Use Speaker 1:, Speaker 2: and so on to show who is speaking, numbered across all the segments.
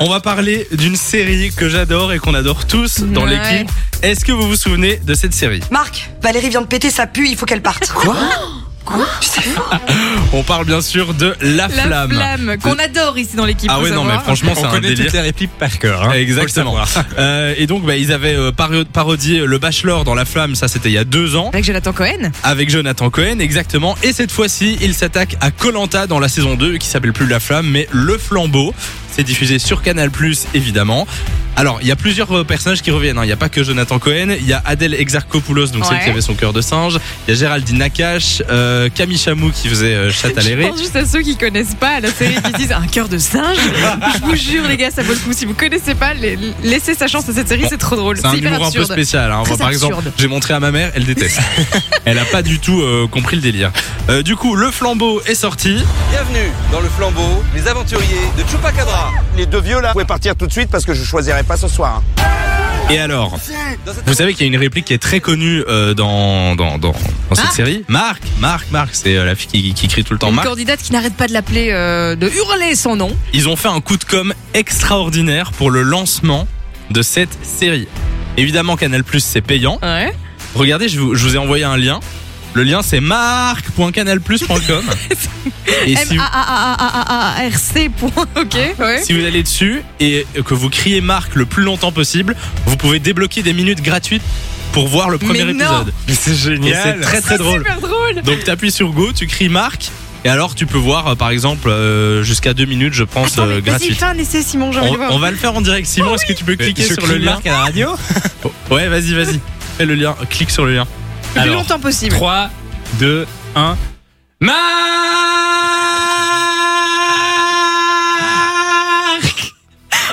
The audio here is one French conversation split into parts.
Speaker 1: On va parler d'une série que j'adore et qu'on adore tous dans
Speaker 2: Ouais.
Speaker 1: l'équipe. Est-ce que vous vous souvenez de cette série
Speaker 3: Marc, Valérie vient de péter sa pue, il faut qu'elle parte. Quoi
Speaker 1: On parle bien sûr de La,
Speaker 2: La flamme, qu'on adore ici dans l'équipe.
Speaker 1: Ah
Speaker 2: faut
Speaker 1: ouais, non, mais
Speaker 2: savoir.
Speaker 1: franchement, c'est
Speaker 4: On
Speaker 1: un
Speaker 4: connaît
Speaker 1: délire.
Speaker 4: toutes les répliques par cœur. hein.
Speaker 1: Exactement.
Speaker 4: Faut le savoir.
Speaker 1: Euh, et donc, bah, ils avaient euh, paro- parodié Le Bachelor dans La Flamme, ça c'était il y a deux ans,
Speaker 2: Avec Jonathan Cohen.
Speaker 1: avec Jonathan Cohen, exactement. Et cette fois-ci, ils s'attaquent à Colanta dans la saison 2, qui s'appelle plus La Flamme, mais Le Flambeau. C'est diffusé sur Canal, évidemment. Alors, il y a plusieurs euh, personnages qui reviennent. hein. Il n'y a pas que Jonathan Cohen. Il y a Adèle Exarchopoulos, donc celle
Speaker 2: Ouais.
Speaker 1: qui avait son cœur de singe. Il y a Géraldine Nakache, euh, Camille Chamou qui faisait euh, Chat à
Speaker 2: Je
Speaker 1: l'éré.
Speaker 2: pense juste à ceux qui connaissent pas la série qui disent un cœur de singe. Je vous jure, les gars, ça vaut le coup. Si vous connaissez pas, la- laissez sa chance à cette série,
Speaker 1: Bon,
Speaker 2: c'est trop drôle.
Speaker 1: C'est un
Speaker 2: hyper
Speaker 1: humour un peu
Speaker 2: absurde.
Speaker 1: spécial. hein.
Speaker 2: Très
Speaker 1: Par exemple,
Speaker 2: absurde.
Speaker 1: j'ai montré à ma mère, elle déteste. elle a pas du tout euh, compris le délire. Euh, du coup, le flambeau est sorti.
Speaker 5: Bienvenue dans le flambeau, les aventuriers de Chupacabra.
Speaker 6: Les deux vieux là, vous pouvez partir tout de suite parce que je choisirai pas ce soir. hein.
Speaker 1: Et alors,
Speaker 5: Dans cette
Speaker 1: vous savez qu'il y a une réplique qui est très connue euh, dans, dans, dans, dans cette
Speaker 2: Marc.
Speaker 1: série. Marc, Marc, Marc, c'est euh, la fille qui, qui crie tout le temps
Speaker 2: Une
Speaker 1: Marc.
Speaker 2: candidate qui n'arrête pas de l'appeler, euh, de hurler son nom.
Speaker 1: Ils ont fait un coup de com extraordinaire pour le lancement de cette série. Évidemment, Canal Plus, c'est payant.
Speaker 2: Ouais.
Speaker 1: Regardez, je vous, je vous ai envoyé un lien. Le lien, c'est marc.canalplus.com. Et
Speaker 2: m E.
Speaker 1: si vous-
Speaker 2: a a a a r c point. Ok. Ouais.
Speaker 1: Si vous allez dessus et que vous criez Marc le plus longtemps possible, vous pouvez débloquer des minutes gratuites pour voir le premier
Speaker 2: Mais non.
Speaker 1: épisode.
Speaker 4: C'est
Speaker 1: Et
Speaker 4: génial.
Speaker 1: c'est très très drôle. Oh,
Speaker 2: Super drôle.
Speaker 1: Donc t'appuies sur Go, tu cries Marc. Et alors tu peux voir euh, par exemple euh, jusqu'à deux minutes je pense
Speaker 2: Attends,
Speaker 1: euh,
Speaker 2: mais vas-y,
Speaker 1: gratuites.
Speaker 2: fais un Oh essai, Simon. J'ai envie
Speaker 1: On,
Speaker 2: de voir.
Speaker 1: on va le faire en direct. Simon, est-ce que tu peux
Speaker 4: Mais
Speaker 1: cliquer
Speaker 4: je
Speaker 1: sur
Speaker 4: crie
Speaker 1: le lien
Speaker 4: Marc à la radio
Speaker 1: Oh, Ouais, vas-y, vas-y. Fais le lien, clique sur le lien.
Speaker 2: le plus
Speaker 1: Alors,
Speaker 2: longtemps possible.
Speaker 4: 3, 2, 1.
Speaker 1: Marc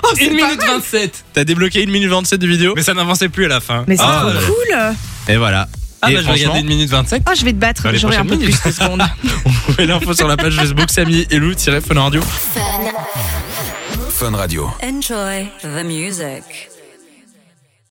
Speaker 2: Oh, c'est
Speaker 4: 1
Speaker 2: pas
Speaker 4: minute
Speaker 2: mal.
Speaker 4: 27.
Speaker 1: T'as débloqué une minute 27 de vidéo
Speaker 4: Mais ça n'avançait plus à la fin.
Speaker 2: Mais c'est
Speaker 1: Ah,
Speaker 2: trop
Speaker 1: ouais.
Speaker 2: cool.
Speaker 1: Et voilà.
Speaker 4: Ah,
Speaker 1: Et
Speaker 4: bah, je vais regarder
Speaker 1: franchement-
Speaker 4: une minute 27.
Speaker 2: Oh, je vais te
Speaker 4: Dans
Speaker 1: bah,
Speaker 2: battre.
Speaker 4: les
Speaker 2: J'aurai un peu
Speaker 4: prochaines
Speaker 2: plus de secondes.
Speaker 1: Trouvez l'info sur la page Facebook Samy et Lou Radio.
Speaker 5: Fun Radio.
Speaker 7: Enjoy the music.